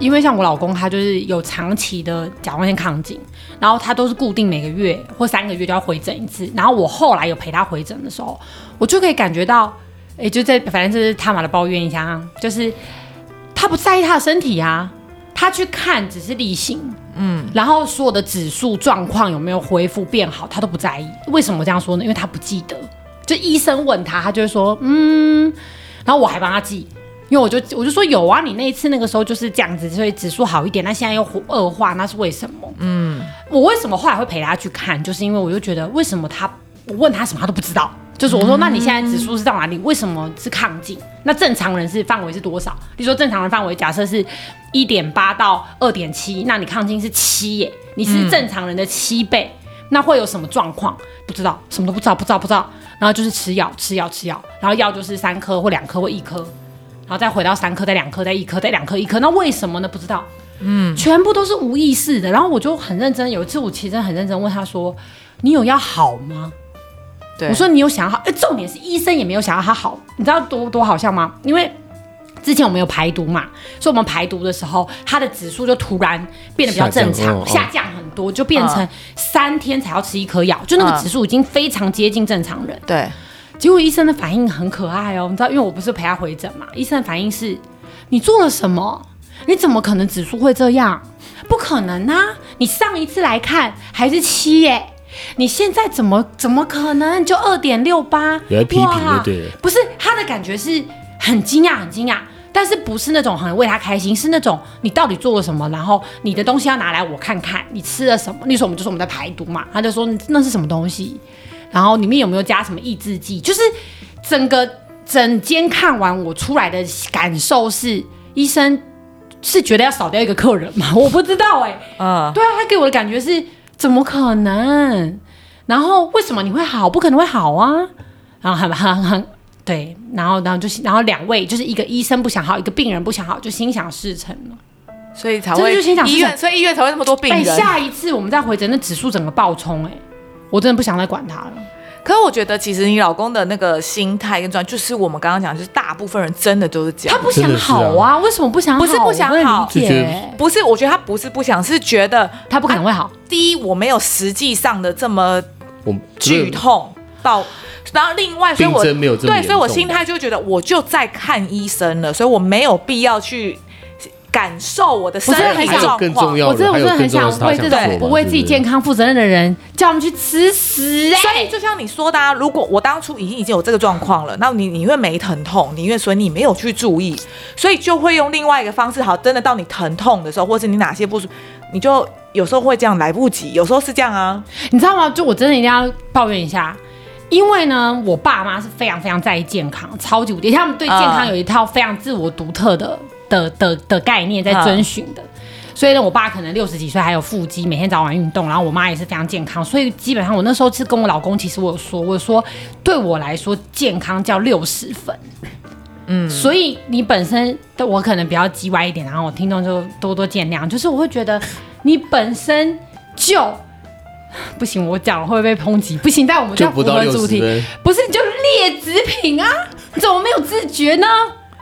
因为像我老公，他就是有长期的甲状腺亢进，然后他都是固定每个月或三个月就要回诊一次。然后我后来有陪他回诊的时候，我就可以感觉到，哎、就在反正就是他妈的抱怨一下，啊就是他不在意他的身体啊，他去看只是例行，嗯，然后所有的指数状况有没有恢复变好，他都不在意。为什么我这样说呢？因为他不记得，就医生问他，他就会说，嗯，然后我还帮他记。因为我就我就说有啊，你那一次那个时候就是这样子，所以指数好一点，那现在又恶化，那是为什么？嗯，我为什么后来会陪他去看，就是因为我就觉得为什么他我问他什么他都不知道，就是我说、那你现在指数是到哪里？为什么是亢进？那正常人是范围是多少？你说正常人范围假设是一点八到二点七，那你亢进是七耶，你是正常人的七倍。那会有什么状况？不知道，什么都不知道，不知道，不知道。然后就是吃药，吃药，吃药，然后药就是三颗或两颗或一颗，然后再回到三颗，再两颗，再一颗，再两颗，一颗。那为什么呢？不知道。嗯，全部都是无意识的。然后我就很认真，有一次我其实很认真问他说：“你有要好吗？”对我说：“你有想要好？”哎、重点是医生也没有想要他好，你知道多多好笑吗？因为之前我们有排毒嘛，所以我们排毒的时候，他的指数就突然变得比较正常，下降哦哦下降很多，就变成三天才要吃一颗药，就那个嗯指数已经非常接近正常人。对，结果医生的反应很可爱哦，你知道，因为我不是陪他回诊嘛，医生的反应是：你做了什么？你怎么可能指数会这样？不可能啊！你上一次来看还是七耶，你现在怎么怎么可能就二点六八？有在批评哇就对了不是他的感觉是很惊讶，很惊讶。但是不是那种很为他开心，是那种你到底做了什么，然后你的东西要拿来我看看，你吃了什么？那时候我们就说我们在排毒嘛，他就说那是什么东西，然后里面有没有加什么抑制剂？就是整个整间看完我出来的感受是，医生是觉得要少掉一个客人吗？ 我不知道哎、嗯，对啊，他给我的感觉是怎么可能？然后为什么你会好？不可能会好啊！然后很很很 对，然后然后就是然后两位就是一个医生不想好，一个病人不想好，就心想事成了。所以才这会就心想事医成院，所以医院才会那么多病哎、人。下一次我们再回诊，那指数整个爆冲哎、我真的不想再管他了。可是我觉得，其实你老公的那个心态跟状态，就是我们刚刚讲，就是大部分人真的都是这他样。不想好真的啊？为什么不想不好？是不想好我不能理就觉解得不是，我觉得他不是不想，是觉得他不可能会好。第一我没有实际上的这么我剧痛到，然后另外，所以我病症没有这么对，严重所以我心态就觉得我就在看医生了，所以我没有必要去感受我的身我真的体很想还有状更重况。要我真的，的我真还有的很更重要的是他为这想做种吧不为自己健康，康负责任的人，叫他们去吃屎哎、所以就像你说的、啊，如果我当初已经已经有这个状况了，那你你因为没疼痛，你因为所以你没有去注意，所以就会用另外一个方式。好，真的到你疼痛的时候，或是你哪些不舒服，你就有时候会这样来不及，有时候是这样啊。你知道吗？就我真的一定要抱怨一下，因为呢，我爸妈是非常非常在意健康，超级无敌，他们对健康嗯有一套非常自我独特的、的的的概念在遵循的。所以呢，我爸可能六十几岁还有腹肌，每天早晚运动，然后我妈也是非常健康，所以基本上我那时候是跟我老公，其实我有说，我有说对我来说健康叫六十分，嗯，所以你本身我可能比较叽歪一点，然后我听众就多多见谅，就是我会觉得你本身就 不行，我讲了会不会被抨击？不行，但我们就要符不到合六主十题，分，不是你就劣质品啊？你怎么没有自觉呢？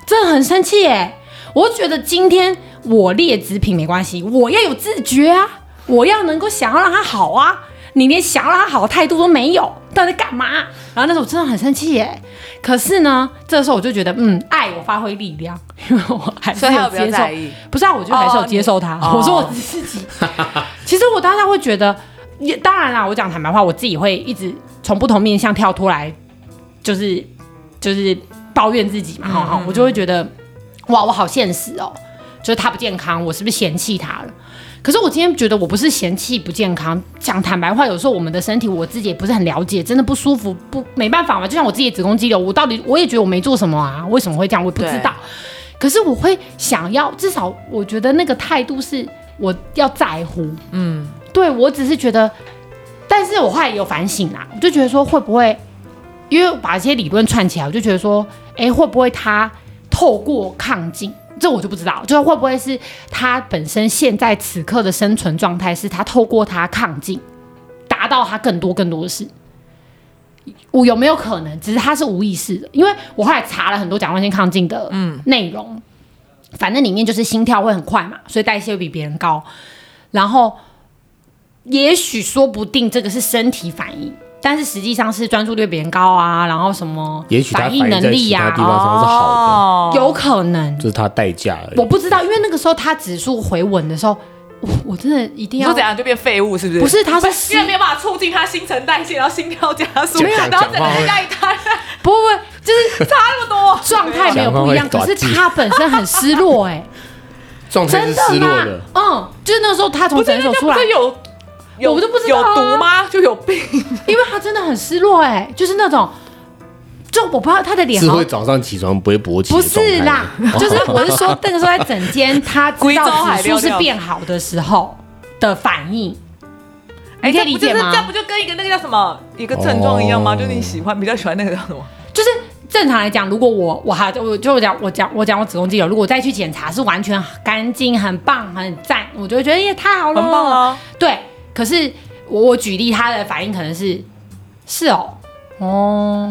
真的很生气耶、我觉得今天我劣质品没关系，我要有自觉啊，我要能够想要让它好啊。你连想要让它好的态度都没有，到底在干嘛？然后那时候我真的很生气耶、可是呢，这时候我就觉得，嗯，爱我发挥力量，因为我还是所以他有有比较接受在意，不是啊，我就还是有哦接受他。你 我说我哦 自己，其实我当下会觉得，也当然啦，我讲坦白话，我自己会一直从不同面向跳脱来，就是就是抱怨自己嘛，哈、哈、我就会觉得，哇，我好现实哦，就是他不健康，我是不是嫌弃他了？可是我今天觉得我不是嫌弃不健康，讲坦白话，有时候我们的身体我自己也不是很了解，真的不舒服，不没办法嘛。就像我自己的子宫肌瘤，我到底我也觉得我没做什么啊，为什么会这样，我也不知道。可是我会想要，至少我觉得那个态度是我要在乎。嗯，对我只是觉得，但是我后来有反省啦，我就觉得说会不会，因为我把一些理论串起来，我就觉得说，哎，会不会他透过抗进？这我就不知道，就是会不会是他本身现在此刻的生存状态，是他透过他抗进，达到他更多更多的事。我有没有可能，只是他是无意识的？因为我后来查了很多甲状腺亢进的嗯内容，反正里面就是心跳会很快嘛，所以代谢会比别人高。然后，也许说不定这个是身体反应，但是实际上是专注力比别人高啊，然后什么也许他反反应应能在力其呀、他地方上是好哦有可能的，。就是他代价而我已。不知道，因为那个时候他指数回稳的时候，我我真的一定你要说怎样就变废物是不是？不是他是不因为没有办法促进他新陈代谢，然后心跳加速，没有然后整个人压力 大，不不，就是差那么多。状态没有不一样，可讲话会是打字他本身很失落 哎、状态是真失的落啦的，，嗯，就是那时候他从不是诊所那就出不来，是有有我就不知道有啊毒吗？就有病。因为他真的很失落哎、就是那种，就我不知道他的脸是好会像早上起床不会勃起不的状态是 啦，就是我是说那个时候在诊间，他知贵州道海指数料是料变好的时候的反应，哎你可这以理不就解是吗？这不就跟一个那个叫什么一个症状一样吗？哦就是你喜欢比较喜欢那个叫什么？就是正常来讲，如果我我还我就我讲我讲我讲我子宫肌瘤，如果再去检查是完全干净、很棒、很赞，我就会觉得也太好很了，棒啊！对，可是我我举例他的反应可能是是哦，哦，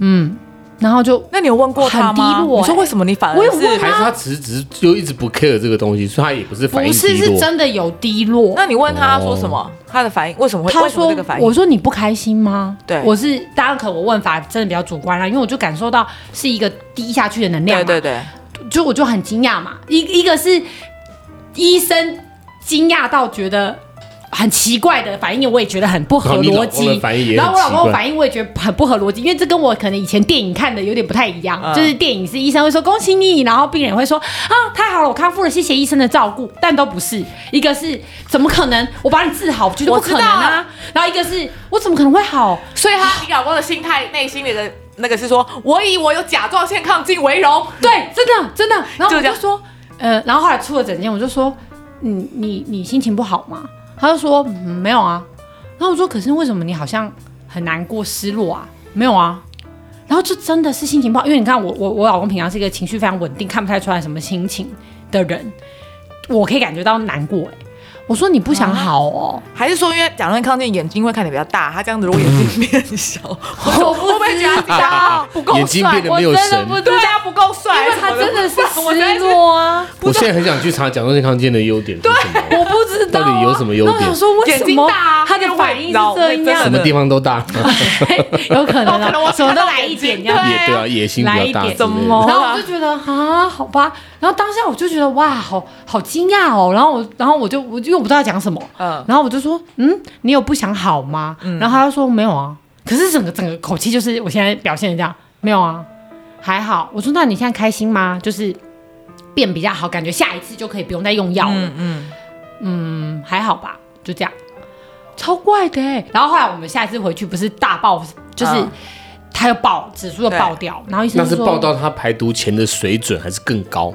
嗯，然后就那你有问过他吗？很低落欸你说为什么你反而我有问是？还是他辞职就一直不 care 这个东西，所以他也不是反不应是低是落。真的有低落。那你问他说什么？他的反应为什么会？他为什么说这个：“反应我说你不开心吗？”对我是当然可能我问法真的比较主观啦，因为我就感受到是一个低下去的能量对对嘛，对，就我就很惊讶嘛，一一个是医生惊讶到觉得很奇怪的反应，我也觉得很不合逻哦然后你老公辑的反应。也然很后我老奇公的怪反应我也觉得很不合逻辑，因为这跟我可能以前电影看的有点不太一样，啊嗯就是电影是医生会说恭喜你，然后病人会说啊太好了，我康复了，谢谢医生的照顾，但都不是。一个是怎么可能我把你治好，绝对不可能我知啊。然后一个是我怎么可能会好？所以他你老公的心态内心里的那个是说，我以我有甲状腺亢进为荣。对，真的真的。然后就这我就样说，呃，然后后来出了诊间，我就说，你你你心情不好吗？他就说、嗯、没有啊。然后我说，可是为什么你好像很难过、失落啊？没有啊。然后就真的是心情不好，因为你看我我我老公平常是一个情绪非常稳定，看不太出来什么心情的人，我可以感觉到难过、欸。我说你不想好哦，还是说，因为甲状腺亢进，眼睛会看得比较大，他这样子如果眼睛 变小，啊我不会不会觉得知他 道，不够眼睛变得没有我真的神不知对道，啊，不够帅因为什他么的，真的是我觉失得落啊。我现在很想去查甲状腺康健的优点是什么， 我不知道、啊、到底有什么优点那我想说为什眼睛么大啊他的反应是这因为我什样么？地方都大， 有可能哦可能我啊，什么看到都来一眼点这睛样。 也对啊，野心比来较一大之类点的。怎么然后我就觉得啊，好吧。然后当下我就觉得哇，好好惊讶哦。然后我，然后我就我因为我不知道讲什么，嗯然后我就说，嗯，你有不想好吗？然后他就说没有啊。可是整个整个口气就是我现在表现的这样，没有啊，还好。我说那你现在开心吗？就是变比较好，感觉下一次就可以不用再用药了。嗯嗯，嗯，还好吧，就这样，超怪的、欸。然后后来我们下一次回去不是大爆，就是嗯他又爆指数又爆掉，然后医生那就是说报到他排毒前的水准还是更高？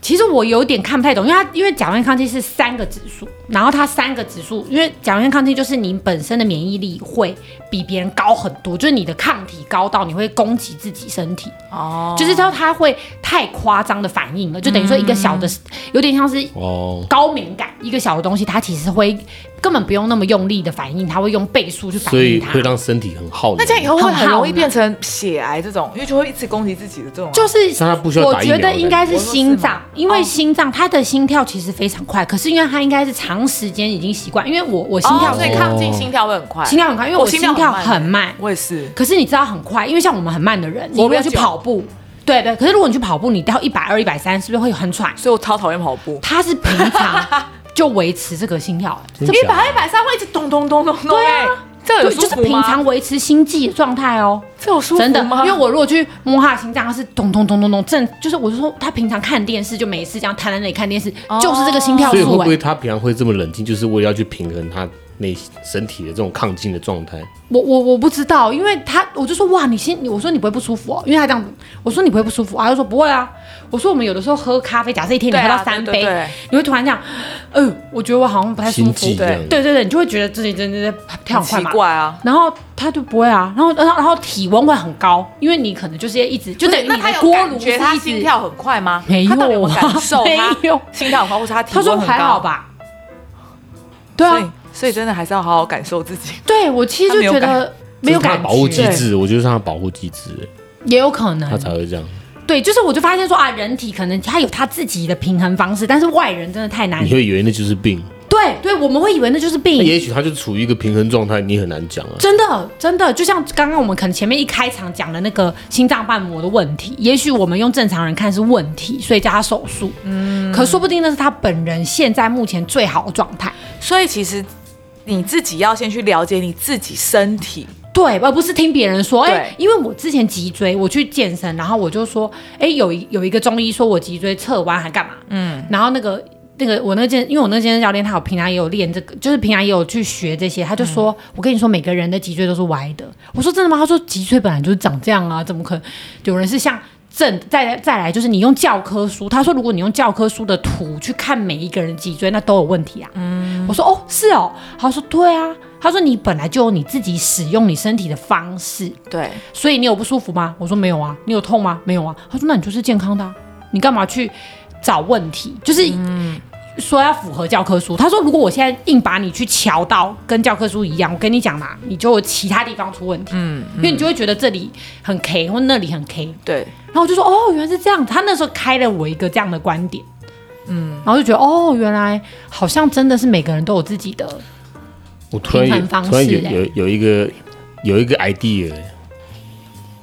其实我有点看不太懂，因为它因为甲状腺亢进是三个指数，然后它三个指数，因为甲状腺亢进就是你本身的免疫力会比别人高很多，就是你的抗体高到你会攻击自己身体，哦，就是说它会太夸张的反应了，就等于说一个小的，有点像是哦，高敏感一个小的东西，它其实会根本不用那么用力的反应，它会用倍数去反所以应它会。让身体很耗能。那这样以后会很容易很好呢变成血癌这种，因为就会一直攻击自己的这种啊，就是那它不需要我打疫觉苗得的应该是我说哦是心吗脏，因为心脏它的心跳其实非常快，可是因为它应该是长时间已经习惯，因为我我心跳哦，所以亢进心跳会很快，心跳很快，因为我心心跳跳很很慢，我也是，可是你知道很快，因为像我们很慢的人，你活不如果了去久跑步，对对，可是如果你去跑步，你到一百二、一百三，是不是会很喘？所以我超讨厌跑步，它是平 常就维持这个心跳，真一百假二、一百三会一直咚咚咚咚咚，哎，这有对，舒就是服平常吗？维持心悸的状态哦。这有舒服吗？真的，因为我如果去摸他的心脏，他是咚咚咚咚咚，正就是我就说他平常看电视就哦没事这样瘫在那里看电视，就是这个心跳所以会数不哎、会他平常会这么冷静，就是为了要去平衡他内身体的这种亢进的状态。我我我不知道，因为他我就说哇，你心，我说你不会不舒服哦，因为他这样，我说你不会不舒服啊，他就说不会啊。我说我们有的时候喝咖啡，假设一天你对喝啊到三对杯，对对你会突然这样，呃，我觉得我好像不太舒心服，悸对这样，对对，你就会觉得自己真的在跳很快奇嘛。怪啊。然后他就不会啊，然后然后然后体温会很高，因为你可能就是一直就等于那你他的有锅炉感觉是他一心直跳很快吗？没有他到底有啊 没有感受没他有心跳很快，或是他体他温说很高？还好吧，对所啊以，所以真的还是要好好感受自己。对我其实他就没有觉感得没有这是他感的觉，保护机制，我觉得是他的保护机制，也有可能他才会这样。对，就是我就发现说啊，人体可能他有他自己的平衡方式，但是外人真的太难你。会以为那就是病，对对，我们会以为那就是那也病，许他就处于一个平衡状态，你很难讲啊。真的真的，就像刚刚我们可能前面一开场讲的那个心脏瓣膜的问题，也许我们用正常人看是问题，所以叫他手术。嗯，可说不定那是他本人现在目前最好的状态。所以其实你自己要先去了解你自己身体，对，而不是听别人说。哎、对因为我之前脊椎，我去健身，然后我就说，哎、有一有一个中医说我脊椎侧弯还干嘛？嗯，然后那个那个我那个健，因为我那个健身教练他有平常也有练这个，就是平常也有去学这些，他就说，我跟你说每个人的脊椎都是歪的。我说真的吗？他说脊椎本来就是长这样啊，怎么可能有人是像？正再来再来就是你用教科书，他说如果你用教科书的图去看每一个人的脊椎，那都有问题啊。我说哦，是哦。他说对啊。他说你本来就有你自己使用你身体的方式，对，所以你有不舒服吗？我说没有啊。你有痛吗？没有啊。他说那你就是健康的、啊，你干嘛去找问题？就是。嗯说要符合教科书，他说如果我现在硬把你去瞧到跟教科书一样，我跟你讲嘛，你就有其他地方出问题，嗯，因为你就会觉得这里很 K 或那里很 K，对，然后我就说哦，原来是这样。他那时候开了我一个这样的观点，嗯，然后就觉得哦，原来好像真的是每个人都有自己的，我突然平有衡方式突然有欸有有一个有一个 idea，欸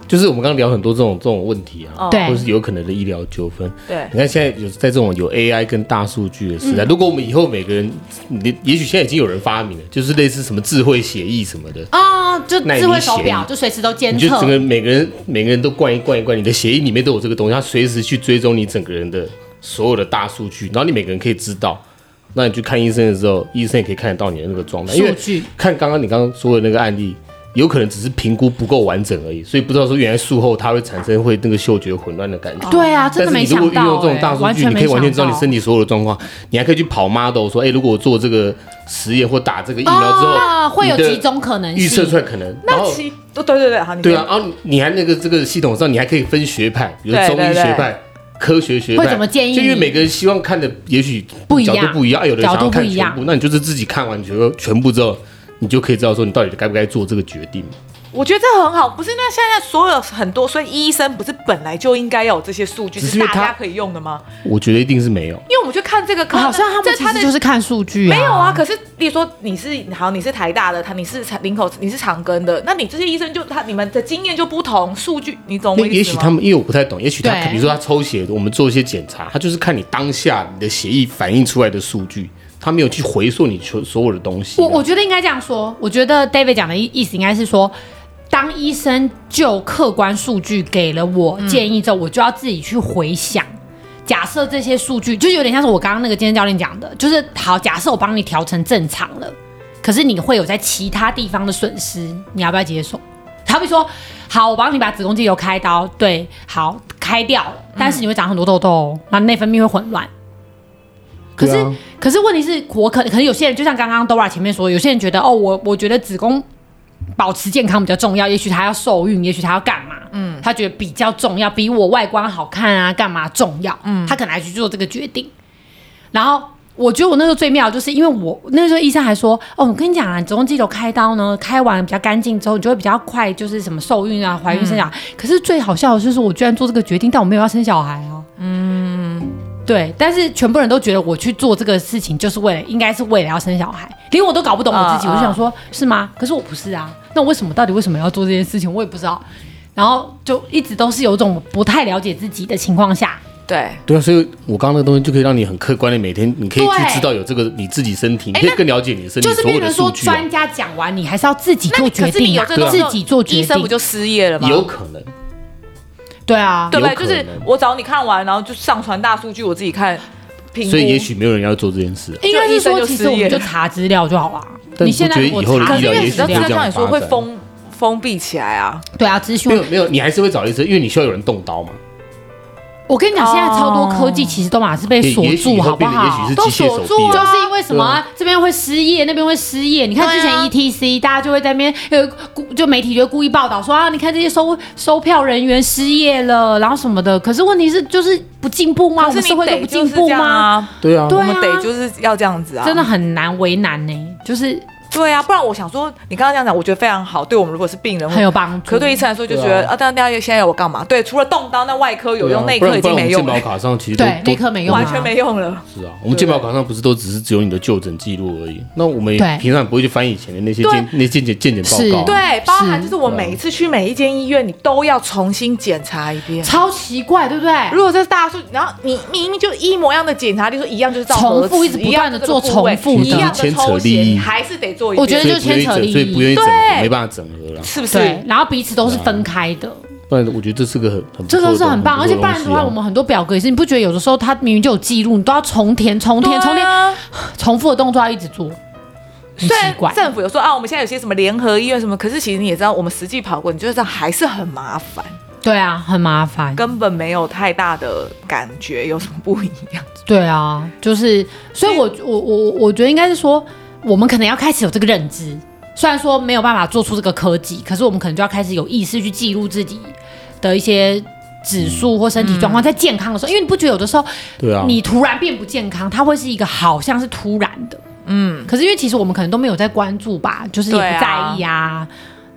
就是我们刚刚聊很多这种这种问题啊，哦对或是有可能的医疗纠纷。对，你看现在有在这种有 AI 跟大数据的时嗯代，如果我们以后每个人，你也许现在已经有人发明了，就是类似什么智慧协议什么的。啊、就那你智慧手写表就随时都监你就测整，个每个人每个人都灌一灌一灌，你的协议里面都有这个东西，它随时去追踪你整个人的所有的大数据，然后你每个人可以知道。那你去看医生的时候，医生也可以看得到你的那个状态，因为数据看刚刚你刚刚说的那个案例，有可能只是评估不够完整而已，所以不知道说原来术后它会产生会那个嗅觉混乱的感觉。对啊，真但的是没你想如果运到、用这种欸，大数完据，全你没可以想完全知道你到身体所有的状况，你还可以去跑 model 说，哎，如果我做这个实验或打这个疫苗之后，啊，会有你的几种可能性，预测出来可能。然那后其对对对对，好，你对说啊，，然后你还那个这个系统上，你还可以分学派，比如对中医对对学派、科学学派，会怎么建议就因为每个人希望看的也许不一角样度不一样，啊有的人角想度要看不一全样部，那你就是自己看完全部全部之后，你就可以知道说你到底该不该做这个决定。我觉得这很好，不是？那现在所有很多，所以医生不是本来就应该要有这些数据，只是是因为大他家可以用的吗？我觉得一定是没有，因为我们去看这个，看哦好像他这们是其他的实就是看数据、没有啊，，可是例如说你是好，你是台大的，他你是林口，你是长庚的，那你这些医生就他你们的经验就不同，数据你懂我那意思吗？也许他们因为我不太懂，也许他对比如说他抽血，我们做一些检查，他就是看你当下你的血液反映出来的数据，他没有去回溯你所所有的东西啊。我我觉得应该这样说，我觉得 David 讲的意意思应该是说，当医生就客观数据给了我建议之后，我就要自己去回想。假设这些数据就是有点像是我刚刚那个健身教练讲的，就是好，假设我帮你调成正常了，可是你会有在其他地方的损失，你要不要接受？好比说，好，我帮你把子宫肌瘤开刀，对，好开掉了，但是你会长很多痘痘哦，那内分泌会混乱。可是对啊可是问题是，我可可能有些人就像刚刚 Dora 前面说，有些人觉得哦，我我觉得子宫保持健康比较重要，也许他要受孕，也许他要干嘛，嗯，他觉得比较重要，比我外观好看啊，干嘛重要，嗯，他可能还去做这个决定。然后我觉得我那时候最妙，就是因为我那时候医生还说，哦，我跟你讲啊，你子宫肌瘤开刀呢，开完比较干净之后，你就会比较快，就是什么受孕啊、怀孕生小孩。可是最好笑的就是，我居然做这个决定，但我没有要生小孩啊。嗯，对，但是全部人都觉得我去做这个事情就是为了，应该是为了要生小孩，连我都搞不懂我自己，嗯我就想说，是吗？可是我不是啊，那我为什么到底为什么要做这件事情，我也不知道。然后就一直都是有一种不太了解自己的情况下，对。对啊，所以我刚刚那个东西就可以让你很客观的每天，你可以去对知道有这个你自己身体，你可以更了解你的身体哎就是所有变的成说数据、啊专。家讲完，你还是要自己那做你可决是你定、有啊，这个自己做决定，医生不就失业了吗？有可能，对啊，啊对不对？有可就能是我找你看完，然后就上传大数据，我自己看。评估，所以也许没有人要做这件事啊。应该是就说，医生就其失实我们业就查资料就好了。啊但你你现不在觉得我以后的查可医是资料疗因为也你许知道是资料这像样你说会发展封封闭起来啊，对啊，资讯没有没有，你还是会找医生，因为你需要有人动刀嘛。我跟你讲，哦现在超多科技其实都马是被也锁也许以住，后好不变得也好许是？都机械锁手住臂就啊啊。是因为什么、这边会失业，那边会失业。你看之前对啊 ETC，、大家就会在那边呃，故就媒体就会故意报道说啊，你看这些收收票人员失业了，然后什么的。可是问题是，就是不进步吗？我可们是哦社你会都得不就进是这步样吗？啊，对啊，对我们啊得就是要这样子啊，真的很难为难呢、就是对啊，不然我想说，你刚刚这样讲，我觉得非常好，对我们如果是病人，很有帮助。哦可对医生来说就觉对得啊啊，但大家现在要我干嘛？对，除了动刀，那外科有对啊用，内不科然已不然我经们没用健了保，卡上其实都对都内科没用、啊， 完全没用了。是啊，我们健保卡上不是都只是只有你的就诊记录而已？那我们也对平常不会去翻以前的那些对健那健检健检是报告啊，对，包含是就是我每一次去每一间医院，你都要重新检查一遍。超奇怪，对不对？ 如果这是大数，然后你明明就一模一样的检查，例如说一样就是照核磁重复一直不断地样就是这做个部位重复的一样的牵扯抽血，利益你还是得做一遍。我觉得所以就不愿意牵扯整，利益所以不愿意整合，对没办法整合了。是不是？对，然后彼此都是分开的，不然我觉得这是个很很不这错的都是很棒。不而且错嗯的不然东的西啊话，我们很多表格也是，你不觉得有的时候它明明就有记录，你都要重填、重对填、重填，啊，重复的动作要一直做，很奇虽然怪。政府有说啊，我们现在有些什么联合医院什么，可是其实你也知道，我们实际跑过，你觉得这样还是很麻烦，对啊，很麻烦。根本没有太大的感觉，有什么不一样？对啊，就是，所以我我我我觉得应该是说，我们可能要开始有这个认知。虽然说没有办法做出这个科技，可是我们可能就要开始有意识去记录自己的一些指数或身体状嗯况，在健康的时候，因为你不觉得有的时候嗯对啊，你突然变不健康，它会是一个好像是突然的，嗯。可是因为其实我们可能都没有在关注吧，就是也对不在啊意啊，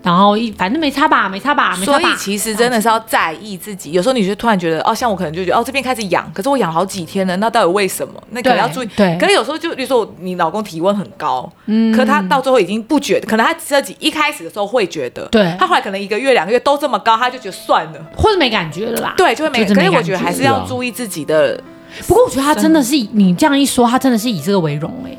然后一反正没差吧，没差吧，没差所吧。以其实真的是要在意自己。有时候你就突然觉得，哦，像我可能就觉得，哦，这边开始痒，可是我痒好几天了，那到底为什么？那可能要注意。对对可是有时候就，比如说你老公体温很高，嗯，可他到最后已经不觉得，可能他自己一开始的时候会觉得，对他后来可能一个月、两个月都这么高，他就觉得算了，或者没感觉了啦，对，就会没。就是可没是我感觉得还是觉要啊注意自己的。不过我觉得他真的是以你这样一说，他真的是以这个为荣哎、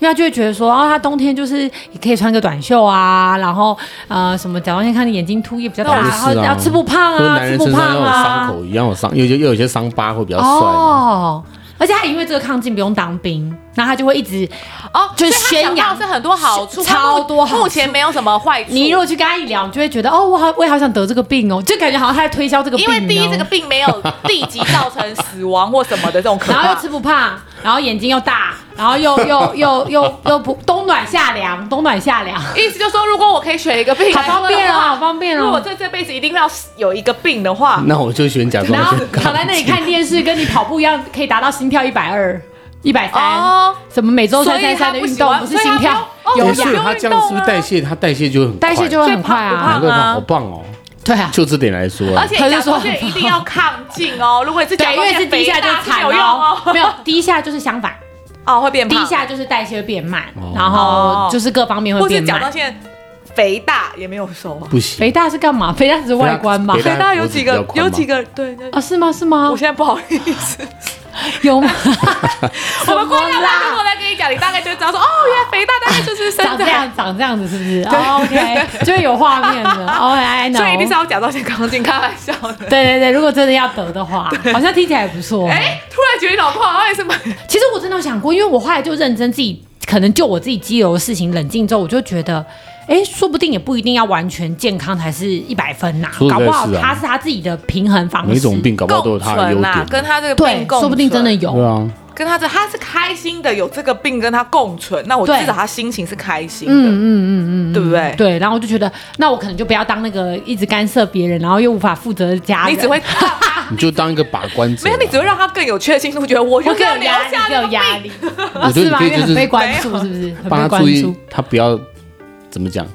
因为他就会觉得说，哦，他冬天就是也可以穿个短袖啊，然后呃什么甲状腺看你眼睛凸也比较大，那我然就是后啊要吃不胖跟啊，男吃人不身上胖要有伤啊，口一样，有伤有些又有些伤疤会比较帅。哦，而且他因为这个抗进不用当兵，那他就会一直哦，就是所宣以他想扬到是很多好处，超多好目前处没有什么坏处。你如果去跟他一聊，你就会觉得哦，我好，我也好想得这个病哦，就感觉好像他在推销这个病、哦。因为第一，这个病没有立即造成死亡或什么的这种可然怕，后又吃不胖，然后眼睛又大，然后又又又又又不冬暖夏凉，冬暖夏凉， 意思就是说，如果我可以选一个病好来方说的便哦，好话，方便如果我哦。这这辈子一定要有一个病的话，那我就选甲然状后腺躺在那里看电视，跟你跑步一样，可以达到心跳一百二、一百三，哦，什么每周所三以三他三的不运喜动，欢不是心跳所以他不要有不哦是我氧，想他这样是不是代谢？他代谢就会很代谢就会会很快所以胖不胖啊。难怪啊好棒哦。对啊，就这点来说啊，而且他甲就说状腺一定要抗进哦。如果你是甲对，因状为腺是低肥下就大是没惨有用哦，哦，没有低下就是相 反，哦会变胖，低下就是代谢会变慢哦，然后就是各方面会或是变甲状慢。腺肥大也没有收啊。不行肥，大是干嘛？肥大只是外观吧肥？肥大有几比较个，宽吧有几个对，那啊，是吗？是吗我？现在不好意 思，有 吗？我们关掉啦大哥，我再跟你讲，你大概就会知道说，哦，原来肥大大概就是身长这材，样，长这样子是不是哦？OK，就会有画面 了。哦，I know。所以一定是要甲状腺亢进，开玩笑的。对对对，如果真的要得的话，好像听起来也不错。哎，突然觉得你老公好像也是蛮其实我真的有想过，因为我后来就认真自己，可能就我自己基友的事情冷静之后，我就觉得，哎，说不定也不一定要完全健康才是一百分呐、说实搞在不好是啊他是他自己的平衡方式。每种病搞不好都有共它的优存啦点，。跟他这个对病，共存，说不定真的有。对啊，跟他这他是开心的，有这个病跟他共存，那我对至少他心情是开心的，嗯嗯嗯嗯嗯，对不对？对，然后我就觉得，那我可能就不要当那个一直干涉别人，然后又无法负责的家人。你只 会你就当一个把关者没啊。有，你只会让他更有确信度，觉得我就我更要有留压力，更下这有个压病。力我啊，觉得是你吗？可以因为就很是被关没有注，是不是？很被帮他关注意注。，他不要怎么讲，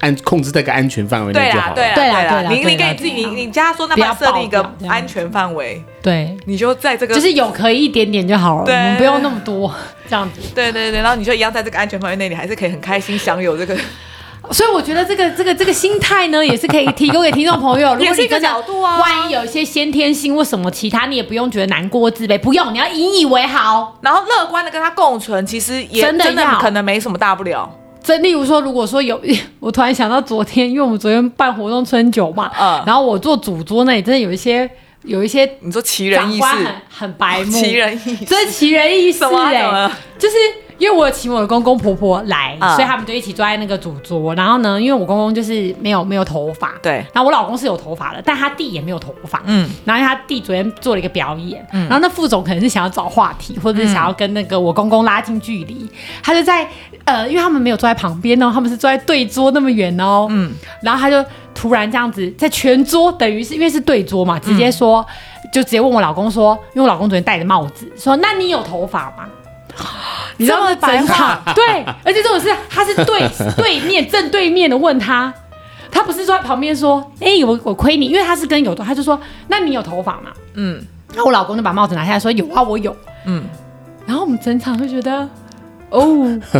安控制在个安全范围对内就好啦，了。对啦，对啦啊对啦啦，你对你啦给你自己，对你啦你家说，那不要帮他设定一个爆掉安全范围，对，你就在这个，就是有可以一点点就好了，对我们不用那么多这样子。对对对，然后你就一样在这个安全范围内，你还是可以很开心享有这个， 所以我觉得这个这个这个心态呢，也是可以提供给听众朋友。如也果是你一个真的角度啊万一有一些先天性或什么其他，你也不用觉得难过自卑，不用，你要引以为豪。然后乐观的跟他共存，其实也真的真的要可能没什么大不了。真例如说，如果说有， 我突然想到昨天，因为我们昨天办活动春酒嘛，嗯然后我做主桌那里真的有一些有一些你说奇人长异官很事，哦很白目， 奇人异事，真奇人异事什么啊哎、怎么了就是因为我有请我的公公婆婆来，嗯所以他们就一起坐在那个主桌。然后呢，因为我公公就是没有没有头发，对然后我老公是有头发的，但他弟也没有头发，嗯嗯。然后因为他弟昨天做了一个表演，然后那副总可能是想要找话题，或者是想要跟那个我公公拉近距离，他就在呃，因为他们没有坐在旁边哦，他们是坐在对桌那么远哦，嗯。然后他就突然这样子在全桌，等于是因为是对桌嘛，直接说、就直接问我老公说，因为我老公昨天戴着帽子，说那你有头发吗？你知道是整场对，而且这种是他是对对面正对面的问他，他不是坐在旁边说，哎、我我亏你，因为他是跟有头，他就说，那你有头发吗？嗯，那我老公就把帽子拿下来说，有啊，我有，嗯嗯，然后我们整场就觉得，哦，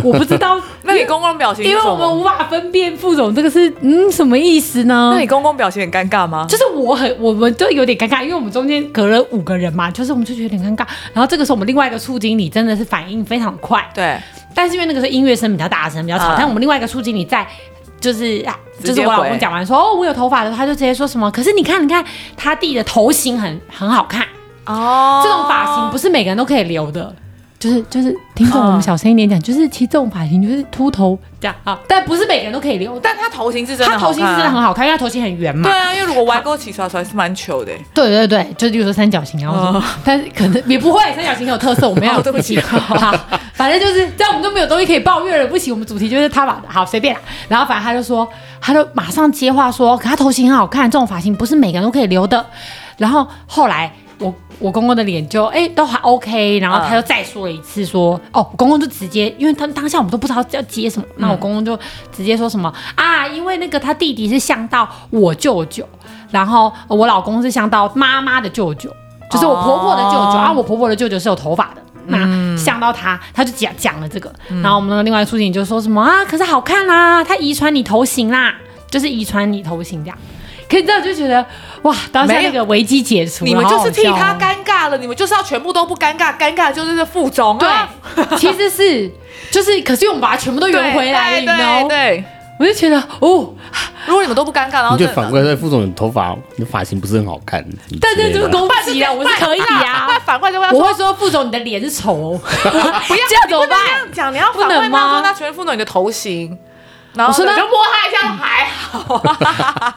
我不知道， 那你公公表情是因为什我么们无法分辨副总这个是嗯什么意思呢？那你公公表情很尴尬吗？就是我很，我们都有点尴尬，因为我们中间隔了五个人嘛，就是我们就觉得有点尴尬。然后这个时候，我们另外一个处经理真的是反应非常快，对，但是因为那个时候音乐声比较大声，比较吵，嗯但我们另外一个处经理在。就是啊，直接就是我老公回讲完说哦，我有头发的时候，他就直接说什么？可是你看，你看他弟的头型很很好看，哦这种发型不是每个人都可以留的，就是就是听众，嗯我们小声一点讲，就是其实这种发型就是秃头这样啊，但不是每个人都可以留，但但他头型是真他的好看头啊，型是真的很好看，因为他头型很圆嘛对，啊，因为如果歪勾起刷出来是蛮糗 的欸。对对对，就比如说三角形啊，或什么但是可能也不会，三角形很有特色，我 们要哦对不起，好，反正就是这样，我们就没有东西可以抱怨了，不行，我们主题就是他吧，好随便啦。然后反正他就说，他就马上接话说，可他头型很好看，这种发型不是每个人都可以留的。然后后来我我公公的脸就哎、都还 OK，然后他就再说了一次说，哦，我公公就直接，因为他当下我们都不知道要接什么，那嗯我公公就直接说什么啊，因为那个他弟弟是像到我舅舅，然后呃我老公是像到妈妈的舅舅，就是我婆婆的舅舅，哦啊，我婆婆的舅舅是有头发的。嗯那像到他，他就讲讲了这个，然后我们那个另外一个处女就说什么啊，可是好看啦，他遗传你头型啦，就是遗传你头型这样。可是你知道，就觉得哇，当下没有那个危机解除了，你们就是替好好笑他哦尴尬了，你们就是要全部都不尴尬，尴尬的就是副总啊。对， 其实是就是，可是我们把它全部都圆回来了，你对知道对对，我就觉得哦，如果你们都不尴尬，然后你就真的反过来说，副总你头发你的发型不是很好看，但这就是公攻击啊，我是 可以啊那，反过来就问他我说会说副总你的脸是丑哦，不要，这样你不怎么能办？这样讲，你要反不能问他吗说那全副总你的头型。然后我说你那就摸他一下，还好，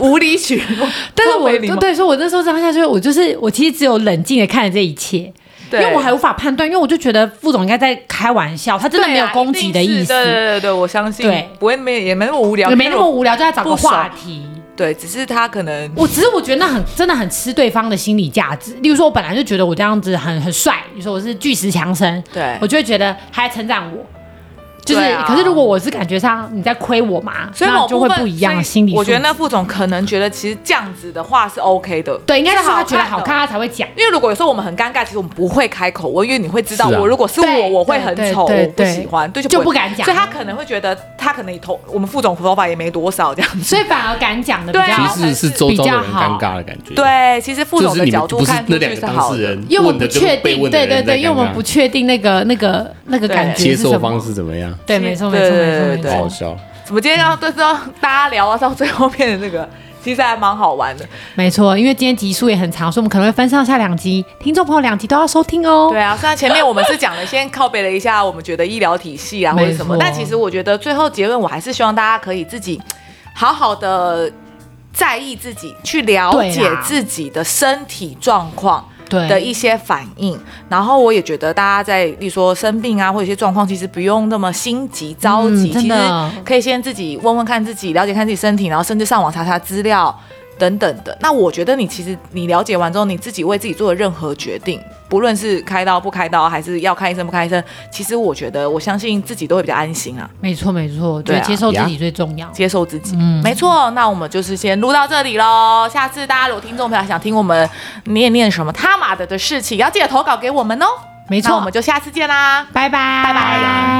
无理取闹。但是多我没礼貌对，所以我那时候当下就是我就是我其实只有冷静的看着这一切。因对为我还无法判断，因为我就觉得副总应该在开玩笑，他真的没有攻击的意思，对啊对对对，我相信，对不会没也没那么无聊，也没那么无聊，就要找个不爽话题。对，只是他可能我只是我觉得那很真的很吃对方的心理价值。例如说，我本来就觉得我这样子很很帅，你说我是巨石强森，对我就会觉得他在称赞我。就是，对啊可是如果我是感觉上你在亏我嘛，所以那某就部会分不一样所的以心理素质。我觉得那副总可能觉得其实这样子的话是 OK 的，对，应该是他觉得是好好看看，他才会讲。因为如果有时候我们很尴尬，其实我们不会开口问，因为你会知道是啊我如果是我，对我会很对丑，我对不对喜欢，对，就不会不敢讲所以他可能会觉得他可能也头我们副总头发也没多少这样子。所以反而敢讲的比对啊较其其实是周遭的人尴尬的感觉，，对，其实副就总是的你角们度不是看出那两个去是当好事的，人，因为我问们不的跟确被定，问的对人对在对，因为我尴们尬不确定那个那个那个对感觉接是什受么方式怎么样？对，没错没对错对没对错对好没好错，笑，怎么今天要都知道大家聊啊，到最后面的这个，其实还蛮好玩的。没错，因为今天集数也很长，所以我们可能会分上下两集，听众朋友两集都要收听哦。对啊，虽然前面我们是讲了，先靠背了一下我们觉得医疗体系啊或没者什么，错但其实我觉得最后结论，我还是希望大家可以自己好好的在意自己，去了对解啦自己的身体状况。对的一些反应，然后我也觉得大家在，例如说生病啊，或者一些状况，其实不用那么心急着急，嗯其真的实可以先自己问问看自己，了解看自己身体，然后甚至上网查查资料等等的。那我觉得你其实你了解完之后，你自己为自己做的任何决定，不论是开刀不开刀，还是要看医生不看医生，其实我觉得我相信自己都会比较安心啊，没错没错，我觉对得啊接受自呀己最重要。接受自己。嗯没错。那我们就是先录到这里喽。下次大家如果听众朋友想听我们念念什么他妈的的事情，要记得投稿给我们哦。没那错，我们就下次见啦，拜拜拜拜。